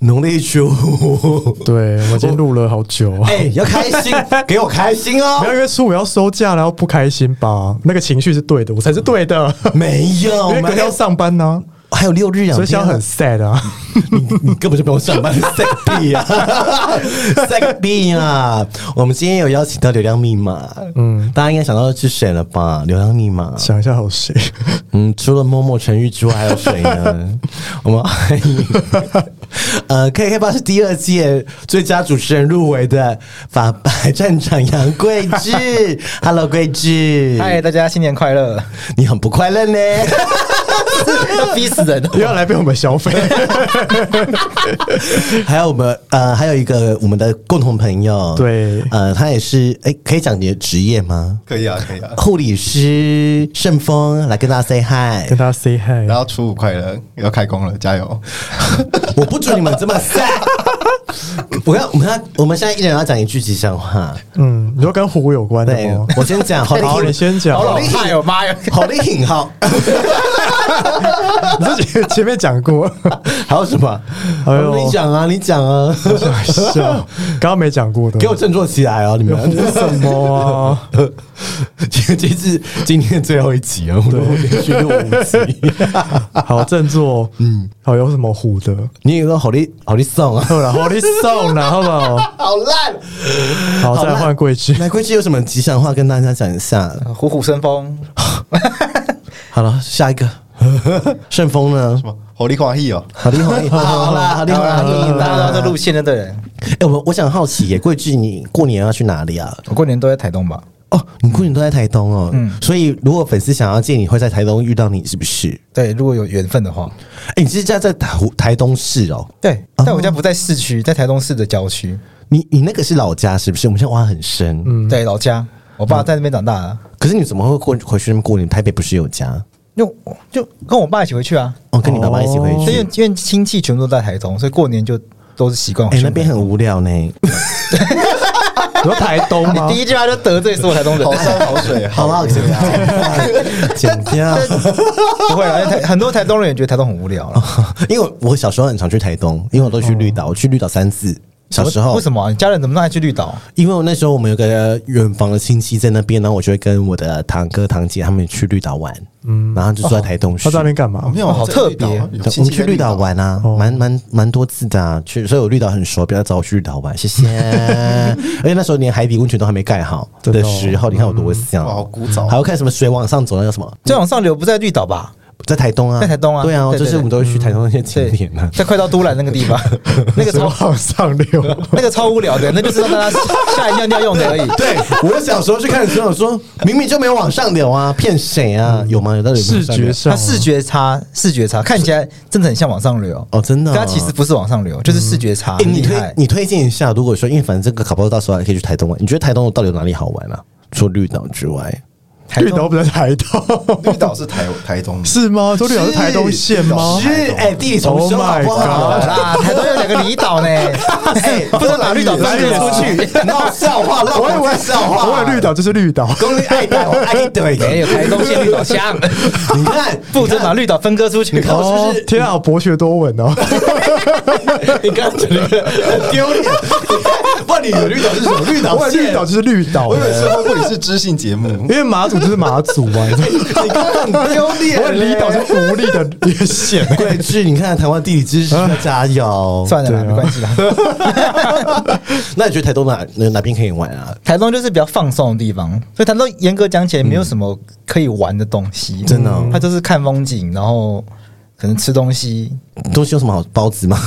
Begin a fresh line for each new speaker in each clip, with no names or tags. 农历初，
对，我们今天录了好久啊。
哎、要开心， 给我开心
不
哦！
要因为说我要收假，然后不开心吧？那个情绪是对的，我才是对的，
没有，
因
我
为
们
隔
还
天要
有
上班呢、
还有六日两
所以现在
天啊，
很 sad 啊。
你 你根本就不用上班，塞个屁 啊，塞个屁啊！我们今天有邀请到流量密码，嗯，大家应该想到是谁了吧？流量密码，
想一下还有谁？
嗯，除了默默陈玉之外，还有谁呢？我们欢迎，呃，KK 八是第二届最佳主持人入围的法白站长杨贵志，Hello，贵志，
嗨，，大家新年快乐！
你很不快乐呢？
要逼死人！
又要来被我们消费？
还有我们呃，还有一个我们的共同朋友，
对
呃，他也是，哎、可以讲你的职业吗？
可 以啊，可以啊。
护理师盛峰来跟大家 say
跟
hi，
大家 say hi
然。后初五快乐，要开工了，加油！
我不准你们这么 sad。我要，我们要，我们现在一人要讲一句吉祥话。
嗯，你说跟虎有关的哦
对
吗？，
我先讲，好
好，你先讲。
好
老
厉害
害哦，妈呀！
好厉害，好，
你自己前面讲过，
还有什么？
哎呦
你讲啊，你讲啊，
笑刚刚没讲过的。
给我振作起来啊！你们
有什么啊？
这这是今天最后一集啊，我们连续录五集。
好振作，嗯，好有什么虎的？
你有个好厉好厉送啊，
好了，好你送 了，好不好？
好烂！
好，再来换桂枝。
来，贵志有什么吉祥话跟大家讲一下？
虎虎生风，
好了，下一个顺丰呢
什？么火力狂喜哦，
好厉害，好啦，好厉
好啦，你大家
害
都！路线就对了。
哎，我我想好奇耶，贵志，你过年要去哪里啊？
我过年都在台东吧？
哦，你过年都在台东哦，
嗯
所以如果粉丝想要见你，会在台东遇到你，是不是？
对，如果有缘分的话。
哎、你是家在台台东市哦，
对，
哦
但我家不在市区，在台东市的郊区。
你你那个是老家是不是？我们现在挖很深，嗯，
对，老家，我爸在那边长大的，
可是你怎么会过回去那边过年？台北不是有家？
就就跟我爸一起回去啊。
哦，跟你爸妈一起回
所以
去，
因为亲戚全部都在台东，所以过年就都是习惯回
哎、
去。
那边很无聊呢。
你说台东吗
你？第一句话就得罪所有台东人
好，山好水，啊
好不好？剪掉，剪掉，
不会啦，因为台很多台东人也觉得台东很无聊了。
因为我小时候很常去台东，因为我都去绿岛，我去绿岛三次。小时候
为什么啊你家人怎么让他去绿岛？
因为我那时候我们有个远房的亲戚在那边，然后我就会跟我的堂哥堂姐他们去绿岛玩，嗯，然后就住在台东市。
哦他在那边干嘛？
有啊
好特别
对我们去绿岛，玩啊，
哦
蛮蛮蛮多次的啊，去，所以我绿岛很熟，不要找我去绿岛玩，谢谢。而且那时候连海底温泉都还没盖好
真的
的
哦
时候，你看我多像，
哇好古早
还要看什么水往上走，那叫什么？
再往上流不在绿岛吧？
在台东啊，
在台东啊
对啊，
对
就
对
是我们都会去台东那些景
对
点啊，。
在快到都兰那个 地方，那个
水
超
往上流。
那个超无聊的，那就是让大家吓一尿尿用的 而已。
对我小时候去看的时候，我说明明就没有往上流啊，骗谁啊？有吗？有到底有没有
嗯视
往上
觉
流
上啊
它，视觉差，视觉差，看起来真的很像往上流，
哦，真的啊，
但它其实不是往上流，就是视觉差，
欸、
很
你
厉
推
害。
你推荐一下，如果说因为反正这个卡不好到时候还可以去台东玩，你觉得台东到底有哪里好玩啊？除了绿岛之外，
台
绿
东
岛不在台东，
绿岛是台 台 东，
是吗？说绿岛是台东县吗？
是哎
地理
重修好不好
好
啊
啦，台东有两个离 岛呢，哎， 不能把绿岛分裂出去。
去， 闹笑 话，
我以为我以为绿岛就是绿岛。
公立爱岛爱对
没有台东县绿岛 乡，
你看，
不准把绿岛分割出去。
我
哦
是不是，
天啊，博学多闻哦！
你刚刚讲的很丢 脸。问你的绿岛是什么？绿
我
岛
以为绿岛就是绿岛
我以为
欸，
是说护理是知性节目
因，为马祖就是马祖嘛。你知道 吗
你刚 刚很丢
我
脸。
离岛是独立的一个 县。
桂志，你看台湾地理知识要加油。
算了啦，
对啊
没关系 啦。
那你觉得台东哪哪哪边可以玩啊？
台东就是比较放松的地方，所以台东严格讲起来没有什么可以玩的东西，
真的哦
它就是看风景，然后可能吃 东西。
东西有什么好包子吗？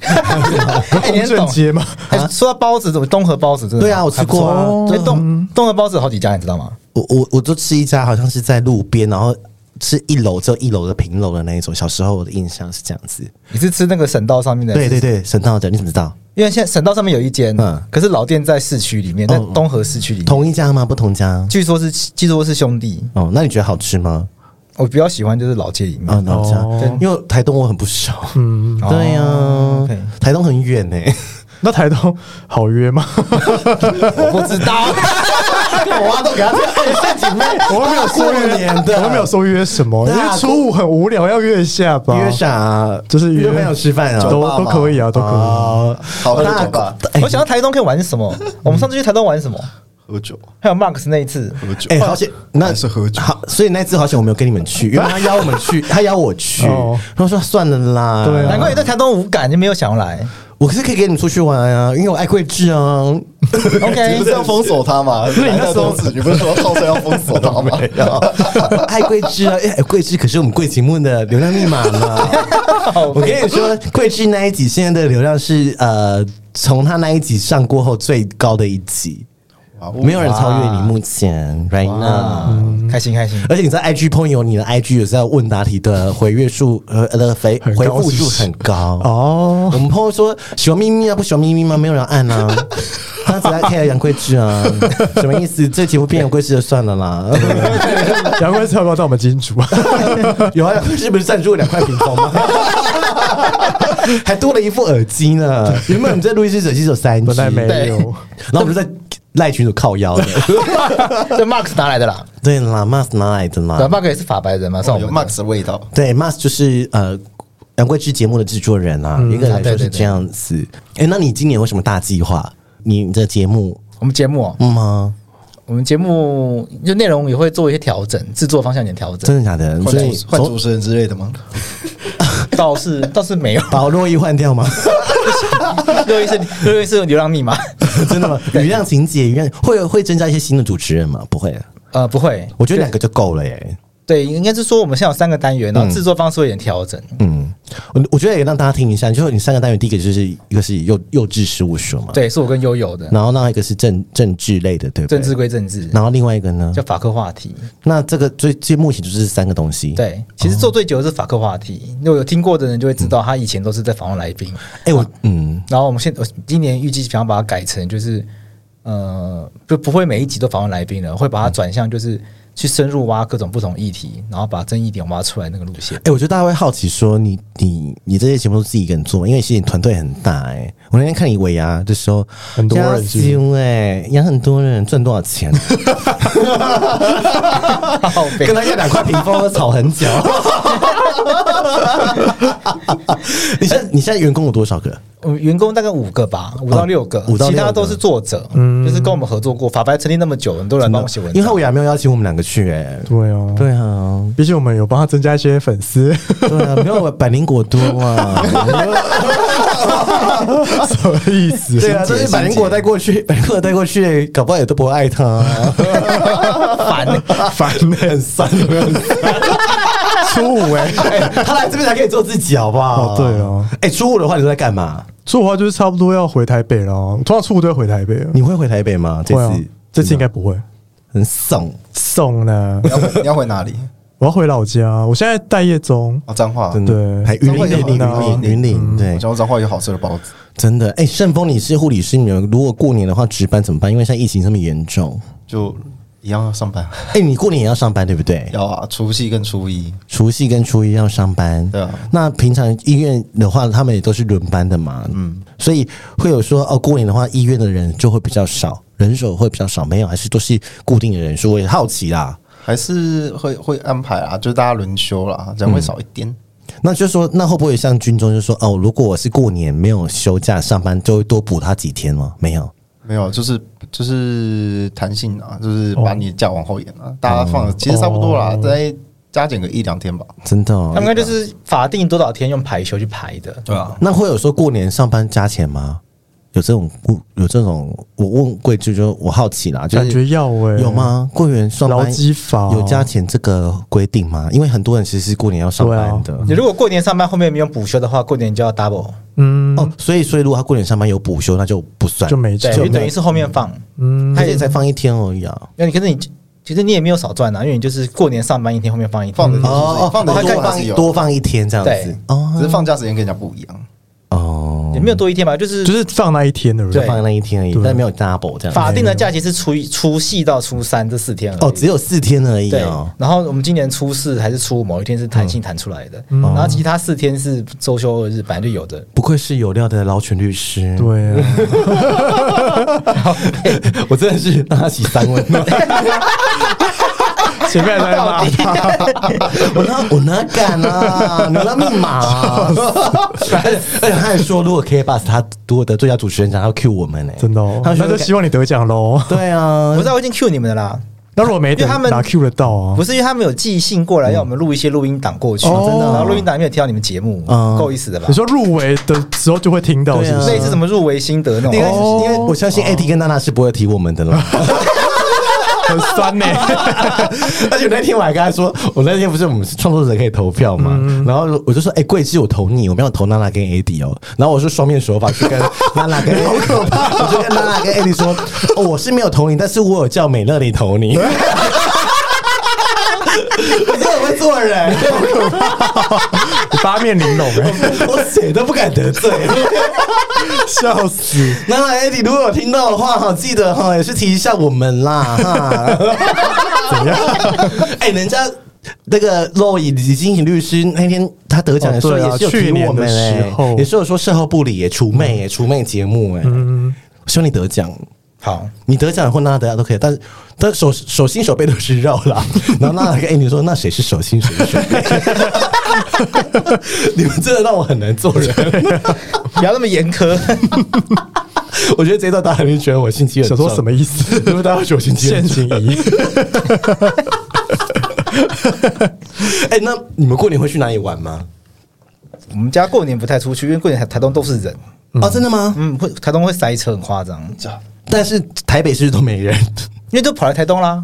哎，
红
你很
顺
懂。
街吗？
哎，说到包子，怎么东河包子真的
啊对啊，我吃过啊。
哎，东东河包子有好几家，你知道吗？
我我我就吃一家，好像是在路边，然后是一楼只有一楼的平楼的那一种。小时候我的印象是这样子。
你是吃那个省道上面的？
对对，对，神道的，你怎么知道？
因为现在省道上面有一间，
嗯
可是老店在市区里面，在
嗯
东河市区里面，
同一家吗？不同家。
据说是据说是兄弟。
哦，那你觉得好吃吗？
我比较喜欢就是老街里面，
啊，老家
哦，
因为台东我很不熟。
嗯，
对呀、
哦，OK
台东很远欸呢、
那台东好约吗？
我不知道，我挖洞给他跳，哎、这姐妹，
我又没有
过
说约
年的，
我又没有说约什么，因
对啊
为初五很无聊，要约一下吧。
约啥、
就是约
约朋友吃饭啊，
都
酒吧
都
嘛
可以啊，都可以。
哦，
好喝的酒吧，
哎
我想到台东可以玩 什么？我们上次去台东玩什么？
喝酒，
还有 Max 那一次，
喝酒。
哎、
啊
好险，那
还是喝酒
好，所以那次好险我没有跟你们去，因为他邀我们 去，他邀我去，
哦
然后说算了啦，
对啊
难怪你对台东无感，就没有想 要来。
我是可以跟你们出去玩啊，因为我爱桂枝啊，
你
OK，
不是要
哎
封锁他吗？那你那时候，你不是说号称要封锁他吗？
爱桂枝啊，因为桂枝可是我们贵节目的流量密码嘛。 我跟你说，桂枝那一集现在的流量是呃，从他那一集上过后最高的一集，
哇
没有人超越你目前 right now。
啊，开心开心。
而且你在 IG 朋友，你的 IG 有时候问答题的回阅数呃呃的回
很
回
高
复
是不
数
是
很高
哦，
我们朋友说喜欢咪咪啊，不喜欢咪咪吗？没有人按啊，他只爱看杨贵枝啊，什么意思？这节目变杨贵枝就算了啦。
杨贵是要不要到我们金 主？
有啊，杨贵枝不是赞助我两块屏 风吗？还多了一副耳机呢。原本我们在录音室耳机只有三
本来
只，
没有，
然后我们就在赖群主靠腰的。
这 Max 哪来的啦？
对啦，Mas 哪来的啦？
对，Max 也是法白
哦
人嘛，算我
有
们的
Max 的味道。
对，Mas 就是呃杨贵枝节目的制作人
嗯
啊，一个来说是这样子。哎、那你今年有什么大计划？你的节目
我们节目哦，
吗？
我们节目就内容也会做一些调整，制作方向有点调整，
真的假的？
换
所以。
主换主持人之类的吗？
倒是倒是没有
把若意换掉吗？
六一是六一是流浪密 码，
真的吗？雨量情节，雨量会会增加一些新的主持人吗？不会，
呃，不会，
我觉得两个就够了耶。
对，应该是说我们现在有三个单元，然后制作方式会有点调整。
嗯，我我觉得也让大家听一下，就是你三个单元，第一个就是一个是幼幼稚事务所嘛，，
对，是我跟悠悠的
然后那一个是政政治类的，对不对？
政治，归政治，
然后另外一个呢
叫，法科话题。
那这个最最目前就是三个东西，
对，其
哦
实做最久的是法科话题，如果有听过的人就会知道，
嗯
他以前都是在访问来宾。
哎、我嗯，
然后我们现我今年预计想要把它改成就是，呃，就不会每一集都访问来宾了，会把它转向就是去深入挖各种不同议题，然后把争议点挖出来那个路 线
哎、。我觉得大家会好奇说你，你你这些节目都自己一个人做吗？因为其实你团队很大哎、我那天看你尾牙的时候，
很多人是不是
哎，养很多人，赚多少钱？
靠背
跟他要两块屏风，吵很久。 你现在你现在员工有多少个？
我们员工大概五个吧，五到六个，
五到六个嗯
其他都是作者，就是跟我们合作过，法白成立那么久，很多人帮我写文
因为他
章。
尾牙没有邀请我们两个去哎、
对哦，
对啊，
毕竟我们有帮他增加一些粉丝，
对啊， 没有百灵果多啊。
什么意思？
对啊，就是百灵果带过去，百灵果带过去，搞不好也都不会爱他、
烦、
烦很酸， 初五哎，
哎他来这边才可以做自己，好不
哦
好？
对哦。
哎、初五的话，你都在干嘛？
初五的话就是差不多要回台北了哦，通常初五都要回台北了。
你会回台北吗？这
会啊
次，
这次应该不会
很怂，
送呢
你。要回你要回哪里？
我要回老家，我现在待业中。
哦
啊，彰化。
真
我
的。哎
对
还云林，
彰
云
化有
啊
很
林，
多
云
嗯
林，对，
想到彰化有好吃的包子，
真的。哎，顺丰，你是护理师，你们如果过年的话值班怎么办？因为现在疫情这么严重。
就一样要啊上班。
哎，你过年也要上班对不对？
要啊，除夕跟初一，
除夕跟初一要上班。
对啊
那平常医院的话，他们也都是轮班的嘛。嗯，所以会有说哦，过年的话，医院的人就会比较少，人手会比较少，没有，还是都是固定的人数。我也好奇啦。
还是会会安排啊，就是大家轮休啦，人会少一点。
那就说，那会不会像军中就说哦，如果我是过年没有休假上班，就会多补他几天吗？没有，
没有，就是就是弹性啊，就是把你假往后延
哦
啊，大家放其实差不多啦，再加减个一两天吧。
真的、
他们应
哦。
该就是法定多少天用排休去排的，
对啊，
那会有说过年上班加钱吗？有这种故有这种，我问贵就就我好奇啦，就
感
是
觉要哎、
有？吗？过年上
劳
班
基法
有加钱这个规定吗？因为很多人其实是过年要上班的、
你如果过年上班后面没有补休的话，过年就要 double，
嗯，
哦，所以所以如果他过年上班有补休，那就不算，
就没
对，
就
就等于是后面放。
嗯
他也才放一天而已啊。
那你可是你其实你也没有少赚啊，因为你就是过年上班一天，后面放一天，嗯
放的
哦哦，
放得
哦
多
再
还是有
多放一天这样子
对，
只
哦
是放假时间跟人家不一样。
哦
也，没有多一天吧，就是
就是放那一天的人。
就
对
放那一天而已
对，
但没有 double 这样子。
法定的假期是初一、除夕到初三这四天而已
哦，只有四天而已
对
哦。，
然后我们今年初四还是初五某一天是弹性弹出来的，然后其他四天是周休二日本来就有的。
不愧是有料的老犬律 师，
对啊，
我真的是让他洗三 温暖。
前面还在 骂
我哪我哪敢 啊？你那密码、啊，而且他还说，如果 K Bus 他如果得最佳主持人奖，他要 Q 我们呢、
真的哦，
他
那
说
就希望你得奖喽。
对啊
我知，道我已经 Q 你们的啦，
那如果没得，
因为他们
哪 Q 得到啊？
不是因为他们有寄信过来要我们录一些录音档过去，
哦真的啊
然后录音档没有听到你们节目，
嗯
够意思的吧
你？说入围的时候就会听到，
对
是
啊
不
类
是？
似什么入围心
哦
得那
因为、
种，
因为我相信 AT 跟娜娜是不会提我们的了。
很酸呢。
而且那天我还跟他说，我那天不是我们是创作者可以投票嘛，
嗯
然后我就说，哎、桂枝我投你，我没有投娜娜跟 AD 哦，然后我是双面手法去跟娜娜跟，好可怕，我就跟娜娜跟 AD 说、哦我是没有投你，但是我有叫美乐你 投你。我真的很会做人，
八面玲珑哎，
我谁都不敢得罪。
笑死！
娜娜 AD 如果有听到的话，哈，记得哈，也是提一下我们 啦，哈。
怎样？
哎、人家那个洛伊李金颖律师那天他得奖的时候
哦对啊
也是有提我们
去
哎、
年的时候
也是有说事后不理哎、除魅哎、除魅节目哎、
嗯，
我希望你得奖。
好，
你得奖或娜娜得奖都可以，但是但手手心手背都是肉啦。 然后娜娜跟 a 你说，那谁是手心谁是手背？ 你们真的让我很难做人。
不要那么严苛。
我觉得这一段大家一定觉得我心机很
想
重，啊
说什么意思？
因为大家会觉得我心机
陷
很重
阱仪，
哎、那你们过年会去哪里玩吗？
我们家过年不太出去，因为过年台台东都是人，
哦，真的吗？
嗯，会台东会塞车，很夸张，
但是台北市都没人。
因为都跑来台东啦，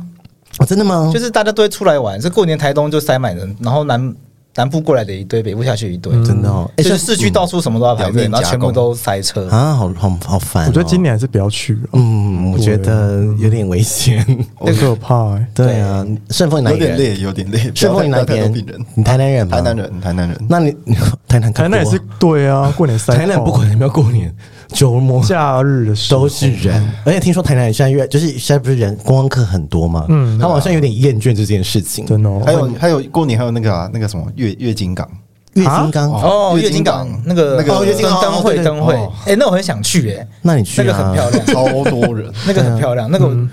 哦，真的吗？
就是大家都会出来玩，所以过年台东就塞满人，然后南南部过来的一堆，北部下去一堆，
真的哦，
嗯就
像
是市区到处什么都要排队，
嗯
然后全部都塞车。
啊，好好好烦哦。
我觉得今年还是不要去了，
嗯，我觉得有点危险。
好可怕哎。
对啊，顺丰你哪
有
里
点
人？
累，有点累。
顺丰你哪
不要太
边
多病人？？
你台南人吗？
台南。人，台南人。
那你 台南可
台
多
南也是对啊，过年塞
台南
爆
不管有没有过年，周 末
假日的时候
都是人，而且听说台南人现在越就是现在不是人观光客很多嘛，嗯，
嗯
他们好像有点厌倦这件事情。
真的哦
还。有还有过年还有那个啊那个什么月月经港，
月经刚好，
哦，
月
月
经
经
港
港那个
那个
灯
哦月经
港
灯
哦对
会
对
灯会
哦，
哎，那我很想去哎，
那你去
那个
啊嗯
很 漂亮，
超多人。
那个很漂亮，那个我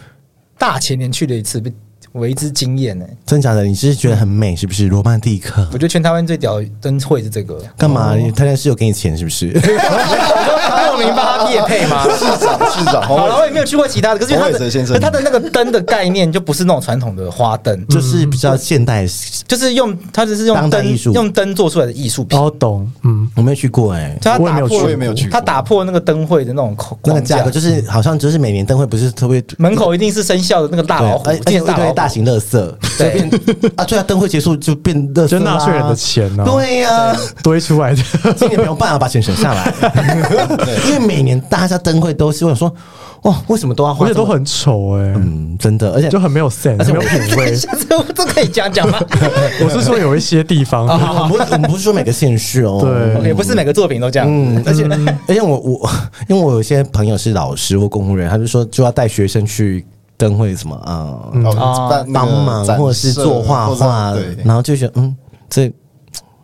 大前年去了一次，被为之惊艳呢。哎
真假的？你是觉得很美是不是？罗曼蒂克
我？
哦
觉得全台湾最屌的灯会是 这个，
干嘛？你台南市有给你钱是不是？
莫名帮他夜配吗？
市长市长，
好了，
黄
我
伟
也没有去过其他的，可是因为它
黄伟哲
的
先生
可是它的那个灯的概念就不是那种传统的花灯，就
就是比较现代
嗯
就是用它只是
当
用
代
灯
艺术
用灯做出来的艺术品，
哦，懂，嗯，
我没有去过哎、
所以它
我也没
打
有
破
我也没有去过
它打破那个灯会的那种框
那个
框
价格就是好像就是每年灯会不是特别
门口一定是生肖的那个大
对，
老虎，
而而且
见
一
大老
堆
虎
大型 垃圾，就
对
变啊，对啊，灯会结束就变垃圾
就
啦，
纳税人的钱啊呢
对啊呀，
堆出 来的，
今年没有办法把钱省 下来，因为每年大家灯会都是我想说，哇，为什么都要 花
而且
这么？
都很丑哎，
嗯，真的，而且
就很没有 sense，
而且
没
我
有品味。
下次我都可以讲讲吗？
我是说有一些地方，
我们不我们不是说每个县市哦，
对
也不是每个作品都这样。
嗯，而且而且我我 因为我有些朋友是老师或公务员，他就说就要带学生去灯会什么啊，
嗯
哦办那
帮
个
忙
展
或者是
示
做画
或者
画
对，
然后就觉得嗯，这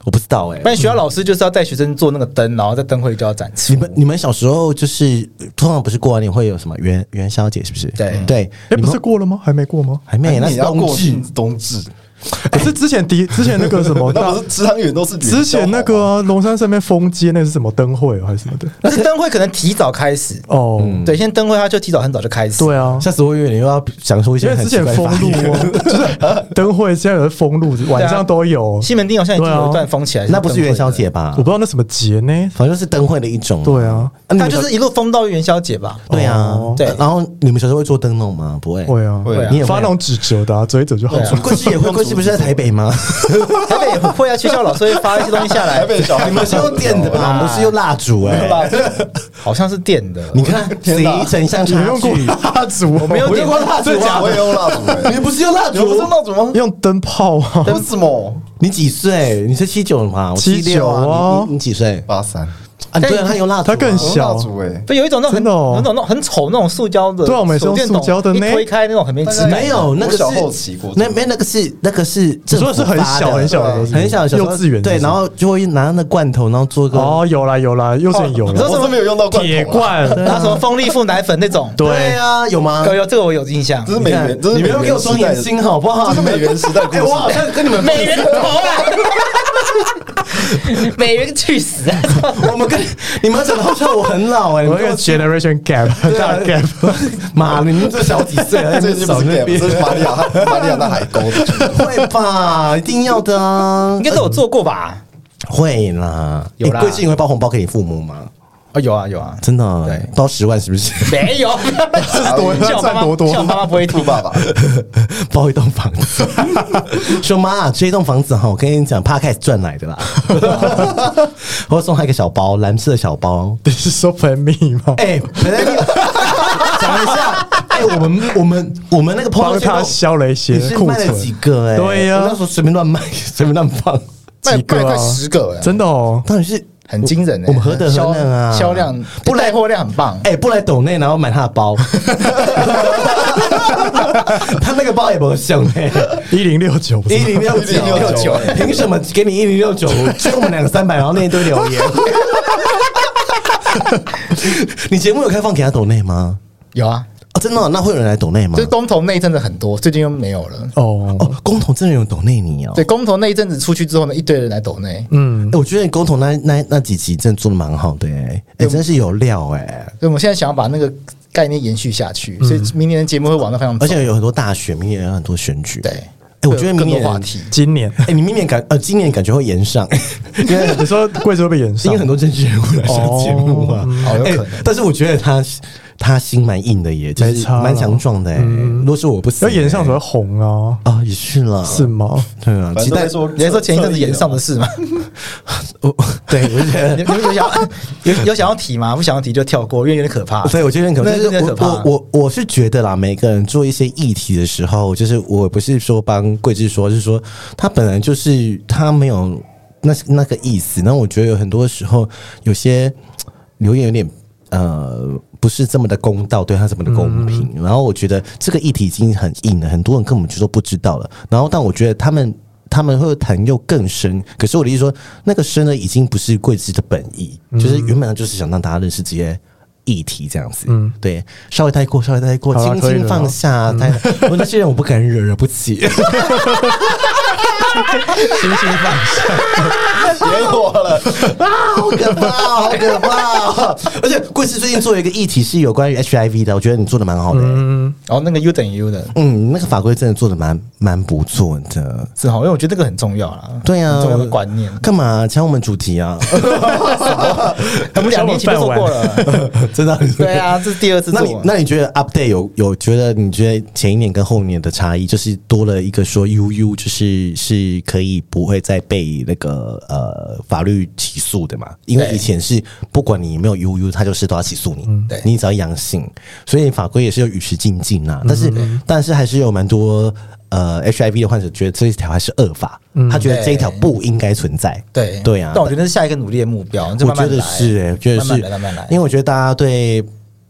我不知道哎、
不然学校老师就是要带学生做那个灯，然后在灯会就要展示
你。们你们小时候就是通常不是过完年会有什么元元宵节是不是？
对
对，哎
哎，不
你们
是过了吗？还没过吗？
还没，那
那
是
也哎要
冬
过
至
冬。冬至，
可是之前第之前那个什么
哦那
大
不是池塘远都是元宵
之前那个啊龙山上面封街那是什么灯会哦还是什么的？
但是灯会可能提早开始，
哦，
对，现在灯会它就提早很早就开始。
对啊，
下次我以为你又要讲出一
因
些
为
很
之
奇
前
怪的
封
发
路
言，
哦，就是灯会现在有的封路，晚上都有，
西门町好像已经
对啊
有一段封起来，
那不是元宵节
吧？
吧
我不？知道那什么节呢？
反正是灯会的一种。
对啊，
你
它
们小，
就是一路封到元宵节吧？
对啊
哦，
嗯 对
然后你们小时候会做灯笼吗？不会。
会啊，
会啊
你也会
发那种纸折的啊，折一折就好
对啊
了。
桂枝也会，桂枝期不是在台北 吗？
台北也很会啊，学校老师会发一些东西下来
台，北小孩
你们是用电 的吧？我们是用蜡烛哎、
对 吧？好像是电的，
你看，
天哪
谁成像
你
差
们用过
距？
蜡烛、
我没有
我用
点
过蜡烛
真的假
啊
的？我也用蜡烛欸，
你不是用蜡
你们不是
烛？
蜡烛吗？
用灯泡啊？
为什么？
你几岁？你是七九吗？我76
79
啊，
哦
你你你几岁？
八三，
啊，对啊，他用蜡烛啊，
他更
我
小
用蜡烛哎，
不有一种那种很
真的哦
有一种那种很丑那种塑胶的手
对
电筒，
啊我们也是用塑胶的呢
一推开那种很没质感。
没有那个
我小
是
后期过
那没那个是那个是
你
政府
说的是很
发
小很小的
对
东西，
很小小时
幼
候
稚园
对，
是不是
然后就会拿那罐头，然后做个
哦，有啦有啦，幼稚园有
你知道
啦，
是没有用到罐头啊
铁，罐，
拿什么风力富奶粉那种，
对
对
啊，有吗？
有有 这个我有印象
这。是美
你看
元，这是
你
美
们要
元
给我
时
双
代
眼
的，
睛好不好？
这是美元时代的故
哎，我好
事。
像跟你们
美人头啊！ 美人去死啊！
我们跟你们讲到像我很老哎，你
我
们
那个
跟我
generation gap 很
对啊
大 gap，
妈，你们这小几岁啊？
这已经不
少
是
那
gap，
边
这是马里亚 纳马里亚纳海 沟的。
会吧？一定要的啊
应，该都有做过吧？
会啦。
有啦
你贵姓会包红包给你父母吗？
啊，有啊，有啊，
真的啊
对
包十万是 不是？
没 有，
是 多
像我爸
算
妈
多多
像我爸妈不会听
兔爸爸，
包一栋房子，说妈，这一栋房子哈，我跟你讲 p 开始赚来的啦。我送他一个小包，蓝色小包。
你是说 plan me 吗？
哎、本来你 讲一下，哎、我们我们我们那个朋
帮
友圈
他
都
消了一些
你是
库
卖了
存，
几个、哎，
对呀
我那时候随便乱卖，随便乱放，
几个啊
卖快十个哎，
真的哦，
当然是
很惊人欸
我们何德何能啊？
销销量
不
不
来
带货量很棒。
哎、不来抖内，然后买他的包。 他那个包也不像 哎、
一零六九，
一零六九
1069
凭什么给你一零六九？只有我们两个三百，然后那一堆留言。 你节目有开放给他抖内吗？
有啊，
哦，真的哦、那会有人来抖内吗
就是？公投那一阵子很多，最近又没有了。
哦，
哦，工头真的有抖内你哦。
对，公投那一阵子出去之后呢，一堆人来抖内，
嗯
哎，，我觉得工头那那那几集真的做的蛮好的哎、哎、真是有料哎、
所以我们现在想要把那个概念延续下去，所以明年的节目会往那方向
嗯
走。
而且有很多大选，明年有很多选举。
对
哎、我觉得明
更多
年
话题，
今年
哎、你明年感呃，今年感觉会延上， 因为
你说贵州被延
因
上
为，很多政治人物来上节目啊。
哦，有
哎，
可能。
但是我觉得他他心蛮硬的耶，就
没
是
差啦
蛮强壮的耶。如果是我不死
要
耶，
延上才会红啊，
啊，也是啦，
是吗？
对啊，
反
期
正
待
都在说，
你还说前一阵子演上的事 吗？
我，对，我就觉
你
得。
们有想要有有想要提吗？不想要提就跳过，因为有点可怕。
所以我觉得很可怕，
那
就是
真的可怕
我我我我是觉得啦，每个人做一些议题的时候，就是我不是说帮桂枝说，就是说他本来就是他没有那那个意思。那我觉得有很多时候，有些嘖留言有点呃不是这么的公道，对他这么的公
嗯
平。然后我觉得这个议题已经很硬了，很多人根本就都不知道了。然后但我觉得他们。他们会谈又更深，可是我的意思说，那个深呢，已经不是桂枝的本意，
嗯
就是原本就是想让大家认识这些议题这样子。嗯
嗯，
对，稍微带过，稍微带过，
好啦
轻
可以
轻
了嗯
放下。带，我那些人我不敢惹，惹 不起。
轻轻放下，
别火了，
好可怕，好可怕！ 而且贵司最近做了一个议题是有关于 HIV 的，我觉得你做的蛮好的、
嗯，
然后哦那个 U 等于 U 的
嗯，那个法规真的做的蛮蛮不错的。
是好，因为我觉得这个很重要啦。
对啊
很重要的观 念。
干嘛抢我们主题啊？
我们两年前就做过了。
真的？
对。啊，这是第二次
那
做
你
了。
那你觉得 update 有有觉得你觉得前一年跟后年的差异，就是多了一个说 UU 就是是可以不会再被那个呃法律起诉的嘛？因为
对
以前是不管你有没有 UU，他就是都要起诉你，
对
你只要阳性，所以法规也是有与时俱进啊。但是、但是还是有蛮多呃 HIV 的患者觉得这一条还是恶法，他觉得这一条不应该存在。
对
对啊，
但我觉得是下一个努力的目标，就
我
慢
觉
慢
得
来
是哎、我觉得是
慢慢来，慢慢来
因为我觉得大家对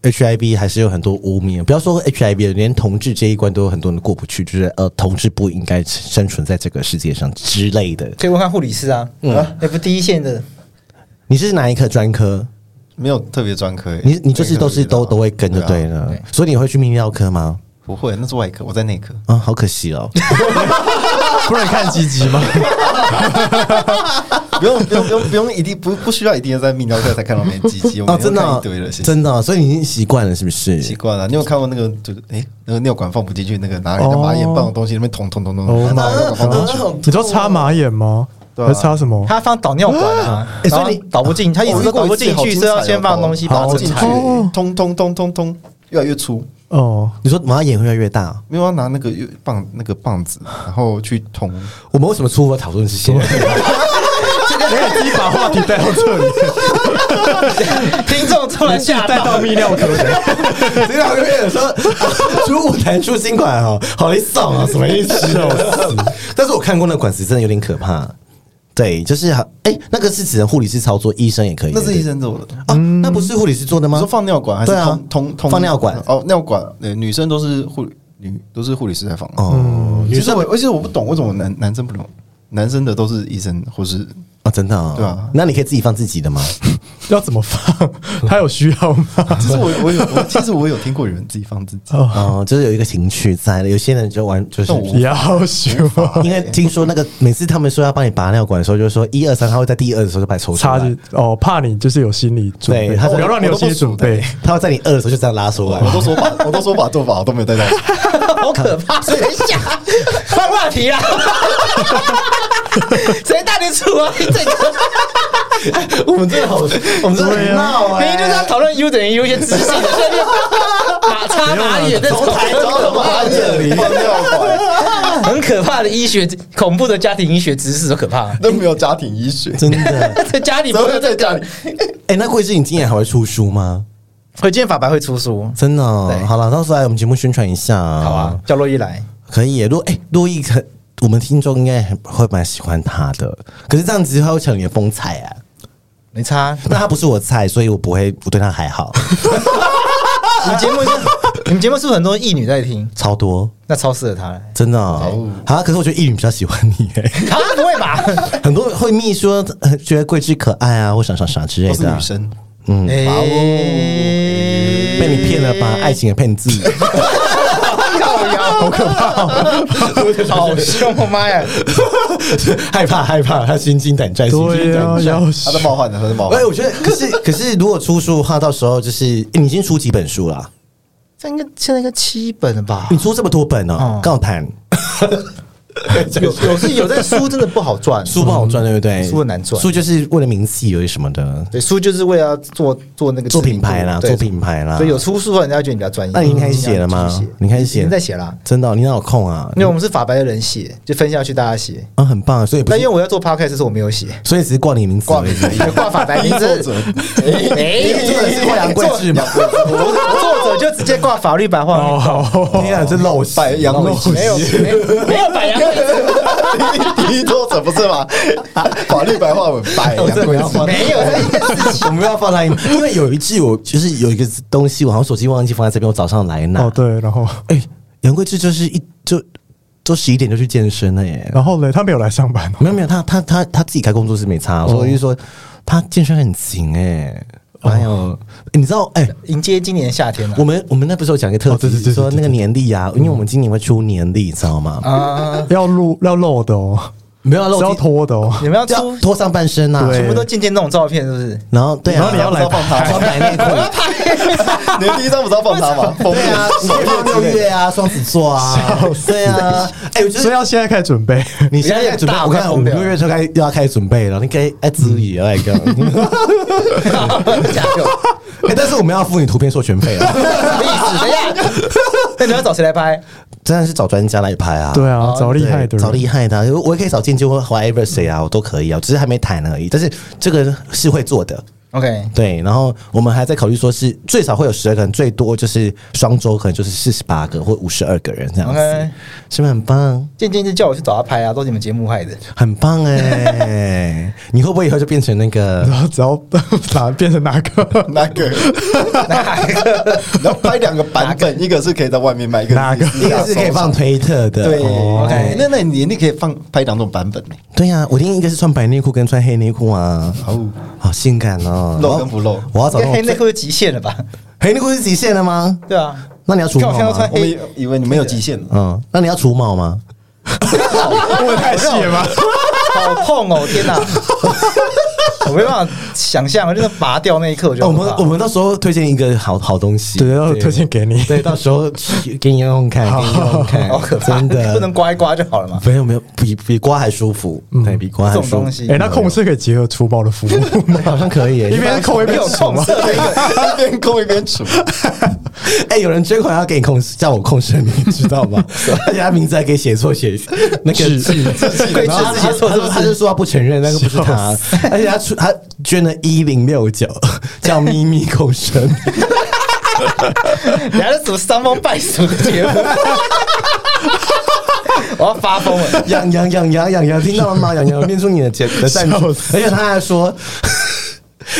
HIV 还是有很多污名，不要说 HIV，连同志这一关都有很多人过不去，就是呃，同志不应该生存在这个世界上之类的。
可以问看护理师啊，那不第一线的，
你是哪一科专科？
没有特别专科欸。
你你就是都是都都会跟着对
啊
了，
对
所以你会去泌尿科吗？
不会，那是外科，我在内科。
啊、好可惜 哦。
不能看鸡鸡吗？
不用不用不用不用，一定不不需要一定要在泌尿科才看到没鸡鸡，我
哦，
们
真的
看
哦、
一堆了，谢谢
真的哦、所以你已经习惯了是不是？
习惯了。你有看过那个就是哎、那个尿管放不进去，那个拿人家马眼棒的东西，那边捅捅捅捅，
Oh
捅把
my
尿管放进去。
你知道
哦
插马眼吗？
对啊
还是插什么？
他放导尿管啊，
欸所以
然后
你
导不进，
哦
他一直都导不进去，是要先放东西把它
好
正
进去
常。
哦，
通通通通通，越来越粗。
哦，
你说马上眼会越来越大哦、
没有要拿那个棒那个棒子，然后去捅。
我们为什么出国讨论这 些？
这个没有，你把话题带到这里，
听众突然吓
带
到
到，泌尿科的，
这两个月说啊出舞台出新款哦，好一送啊，什么意思？但是我看过那管子真的有点可怕。对，就是好，哎、那个是只能护理师操作，医生也可以。
那是
对不对
医生做的。
啊，那不是护理师做的
你
吗
说？放尿管还是
对啊
通通通
放尿管
哦，尿管，呃，女生都是护女都是护理师在放。哦，
哦，
其实我而且我不懂为什么男男生不懂，男生的都是医生或 是
啊，真的、哦，
对啊
那你可以自己放自己的吗？
要怎么放？他有需要吗？
其实我我有，我其实我有听过有人自己放自 己，
哦，
哦，就是有一个情趣在的，有些人就玩就是
那。我
要求
因为听说那个每次他们说要帮你拔尿管的时候，就是说一二三，他会在第二的时候就把你抽出
插
来，
着哦，怕你就是有心理准备，
对他
不要让你有
我都
心
不
理准
熟的
备。
他会在你二的时候就这样拉出来
我。都手 法，我都手法做法我都没有带到。
好可怕！谁吓？换话题啊！ 谁带你出啊？你 这个
我们真的好，我们真的很闹
明明就是要讨论 U 等于 U 一些知识的，现在就 马叉马眼那种
台中
很可怕
到这里，
放尿 管
很可怕的医学恐怖的家庭医学知识，都可怕。
都没有家庭医学，
真的。
在家里
怎
不
么
是
会
在
在
家
家
里
里？
哎、那慧芝，你今年还会出书吗？
回见法白会出书，
真的哦、
对
好了，到时候来我们节目宣传一下、啊。
好啊，，叫洛伊来。
可以耶。如果哎，洛伊可，我们听众应该很会蛮喜欢他的。可是这样子他会抢你的风采啊。
没差，
那他不是我菜，所以我不会，我对他还好，
你们节目是， 你们节目是不是很多艺女在听？
超多，
那超适合 她了。
真的、哦。好、可是我觉得艺女比较喜欢你耶，
啊，不会吧？
很多人会密说呃觉得桂枝可爱啊，或啥啥啥之类
都是
的啊、
女生，
嗯，
哎
被你骗了 吧？爱情的骗子。
好可 怕，好凶！我妈呀，
害怕害怕，他心惊胆战，心惊
对
胆
啊，
战。
要
她在冒汗的，她在冒汗
哎，。我觉得，可是可是，如果出书的话，到时候就是欸你已经出几本书了啊？
这应该现在应该七本了 吧
你？出这么多本哦
嗯，
告谈
有有是有，但书真的不好赚。
书不好赚，对不对？
书很难赚
书就是为了名气而什么的，
对书就是为了做做那个
做品牌啦，
知
做
名度对
品牌啦。
所以有出书，人家觉得你比较专业。
啊那你开始写了吗
嗯
你开始写
已经在写啦。
真的哦，你哪有空啊？
因为我们是法白的人写，就分下去大家写。
啊，很棒啊，所以不
但因
是
为，我要做 podcast，所以我没有写，
所以只是挂你名字 而已。
挂法白名字。哎，
这个是
啊
画杨贵志 吗？
作者就直接挂法律白话
哦，好 哦，
天啊，这露
白
白
羊肉
名，没有没有没有白羊贵子，
第一作者不是吗？法律白话文白
我这不
杨贵
要
妃
放，
没有这件事 情。
我们要放在，因为有一季我就是有一个东西，我好像手机忘记放在这边，我早上来拿。
哦对，然后
哎、杨贵志就是一就就十一点就去健身了耶。
然后嘞，他没有来上班哦
没有没有，他他他他自己开工作室没差，
哦
所以我就说他健身很勤哎。还有，你知道哎、
迎接今年夏天了啊
我们我们那不是有讲一个特
哦对对
辑，
对对
说
对
那个年历啊，因为我们今年会出年历，你知道吗？
啊！
要露要露的哦，
没有啊，
是要
露肩
脱的哦，
你们要
要
出，
脱上半身啊，
对
全部都渐渐那种照片，是 不是？
然后对啊，
然后你要来
放他穿白内 裤，
你的第一张不是要放他吗？封
对
面
啊，你可以放六月啊，双子座啊，对啊，哎、我觉得
所以要现在开始准备。
你现在准备，我看我们六月就开又要开始准备了，你可以爱自哎己来 个。
加油！
哎，但是我们要付你图片授权费啊，
历史 的呀。那哎你要找谁来拍？
真的是找专家来拍啊。
对啊，找厉害的
对
人，
找厉害的啊，我也可以找建筑或 whatever 谁啊，我都可以啊，我只是还没谈而已。但是这个是会做的，
OK，
对。然后我们还在考虑说是最少会有十二个人，最多就是双周可能就是四十八个或五十二个人这样子
OK
是不是很棒？
渐渐就叫我去找他拍啊，都是你们节目害的。
很棒哎、你会不会以后就变成那 个
然后只要哪变成哪个
那个，然后拍两个版本，一个是可以在外面卖，一个
哪个
一个是可以放推特的？
对
哦
对，那那你你可以放拍两种版本呢，
对呀、我听一个是穿白内裤跟穿黑内裤啊，
哦
好性感哦，
露跟不露
我要找
这
那
哎个
种
黑
最
内裤就极限了吧？
黑内裤是极限了吗？
对啊，
那你要除
看我看
毛
到
吗
穿？
我们以以为你们有极限了，
嗯，那你要除毛吗？
问太细了吗？
好痛哦！天哪，我没办法想象，我真的拔掉那一刻，我就
哦我们我们到时候推荐一个好好东西，
对，要推荐给你。
对，到时候给你用用看，给你用用看，
好可怕，
真的
不能刮一刮就好了嘛。
没有没有，比比瓜还舒服，对比瓜还
这种
舒
东
服，？
西
哎、，那控色可以结合除毛的服务吗
好像可以耶。
一边控一边
有
除
控
啊
吗？
色的一个
一边抠一边杵，
哎、有人追款要给你控，叫我控声，你知道吗？而且他名字还给写错，写那个字，
被
然后
字写错
他
是
说
不是
他就说他不承认那个不是他，而且他出他捐了一零六九，叫咪咪控声，
你还是什么伤风败俗的节目？ 我要发疯了！
养养养养养养，听到了 吗？养养念出你的节的赞助，而且他还说。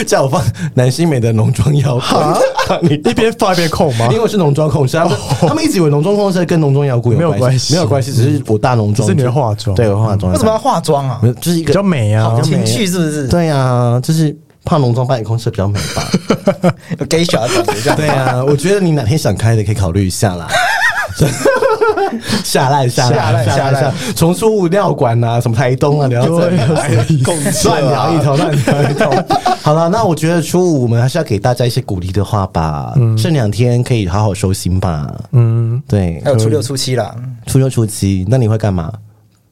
叫我放南希美的浓妆摇滚，你
一边放一边控吗
因为？我是浓妆控，是他们、他们一直以为浓妆控是跟浓妆摇滚
哦没有关系
没有关系，只是我大浓妆，
只是你的化妆
对，我化妆，
为什么要化妆啊
没？有，就是一个
比较美啊
好比较美
情趣是不是
对啊，就是怕浓妆扮空是比较美吧？
有 gay 小的感觉这 样。
对啊，我觉得你哪天想开的可以考虑一下啦。 下烂下
下
烂
烂
下
下烂
烂，重出物料馆啊，什么台东啊，聊到这里
啊
乱聊一头，乱聊一头。 好了，那我觉得初五我们还是要给大家一些鼓励的话吧。这两天可以好好收心吧。
嗯，
对
还，有初六初七啦，
初六初七，那你会干嘛？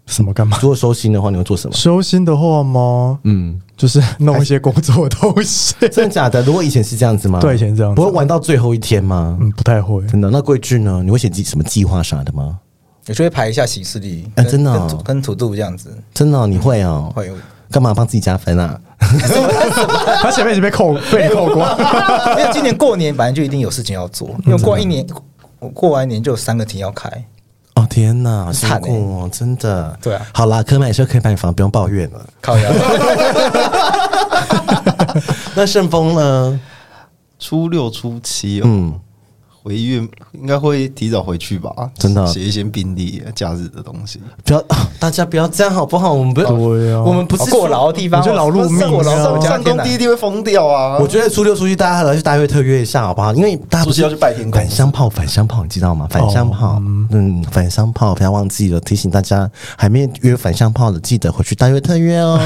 什么干嘛？
如果收心的话，你会做 什么？
收心的话吗？
嗯，
就是 弄一些工作的东西。
真的假的？如果以前是这样子吗？
对以前是这样子
不会玩到最后一天吗？
嗯，不太会。
真的？那桂志呢？你会写计什么计划啥的吗？
我就会排一下行事历，
哎
跟
真的哦
跟土跟土度这样子
真的哦、你会哦？
会有。
干嘛帮自己加分啊？
他前面已经被扣被扣过，
因为今年过年本来就一定有事情要做，因为过完一年，我过完年就有三个题要开，
哦天哪，辛
惨欸
苦哦，真的。
对啊
好啦，可买车可以买房，不用抱怨了。
靠呀！
那顺丰呢？
初六初七哦，
嗯，
回月应该会提早回去吧？
真的
写一些病历、假日的东西。
不要、 啊大家不要这样好不好？我们不要，
对啊
我们不是
哦过劳的地方，
你就劳碌命啊
过劳
上
到我家
呃哦上
天
工
哪
第一天会疯掉啊！
我觉得初六、初七大家还来去大会特约一下，好不好？因为大家不是
初七要去拜天公
反香炮，反香炮，你知道吗？反香炮，嗯，反香炮，不要忘记了提醒大家，还没约反香炮的，记得回去大约特约 哦。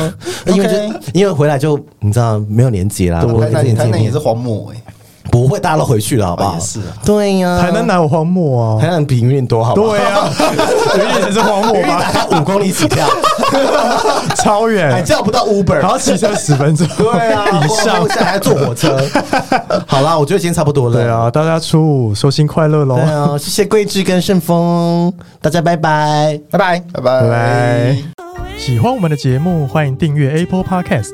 因为这因为回来就你知道没有连接啦，
台
没有
南
连接
台南也
面
是荒漠哎，
不会大家都回去了，好不
哦
啊
好？
也是啊
对呀，
台南哪有荒漠
台
啊？
南比云林多，好不好？
对 啊， 云林也是荒漠
云林
吧
打？开五公里 起跳，
超
还
远，
叫不到 Uber，
然后骑车十分钟，
对啊，
以上
我。下来坐火 车。好啦，我觉得今天差不多了。
对啊，大家初五收心快乐喽
对！啊，谢谢桂枝跟顺丰，大家拜拜。
拜拜。
拜拜
拜拜。喜欢我们的节目，欢迎订阅 Apple Podcast，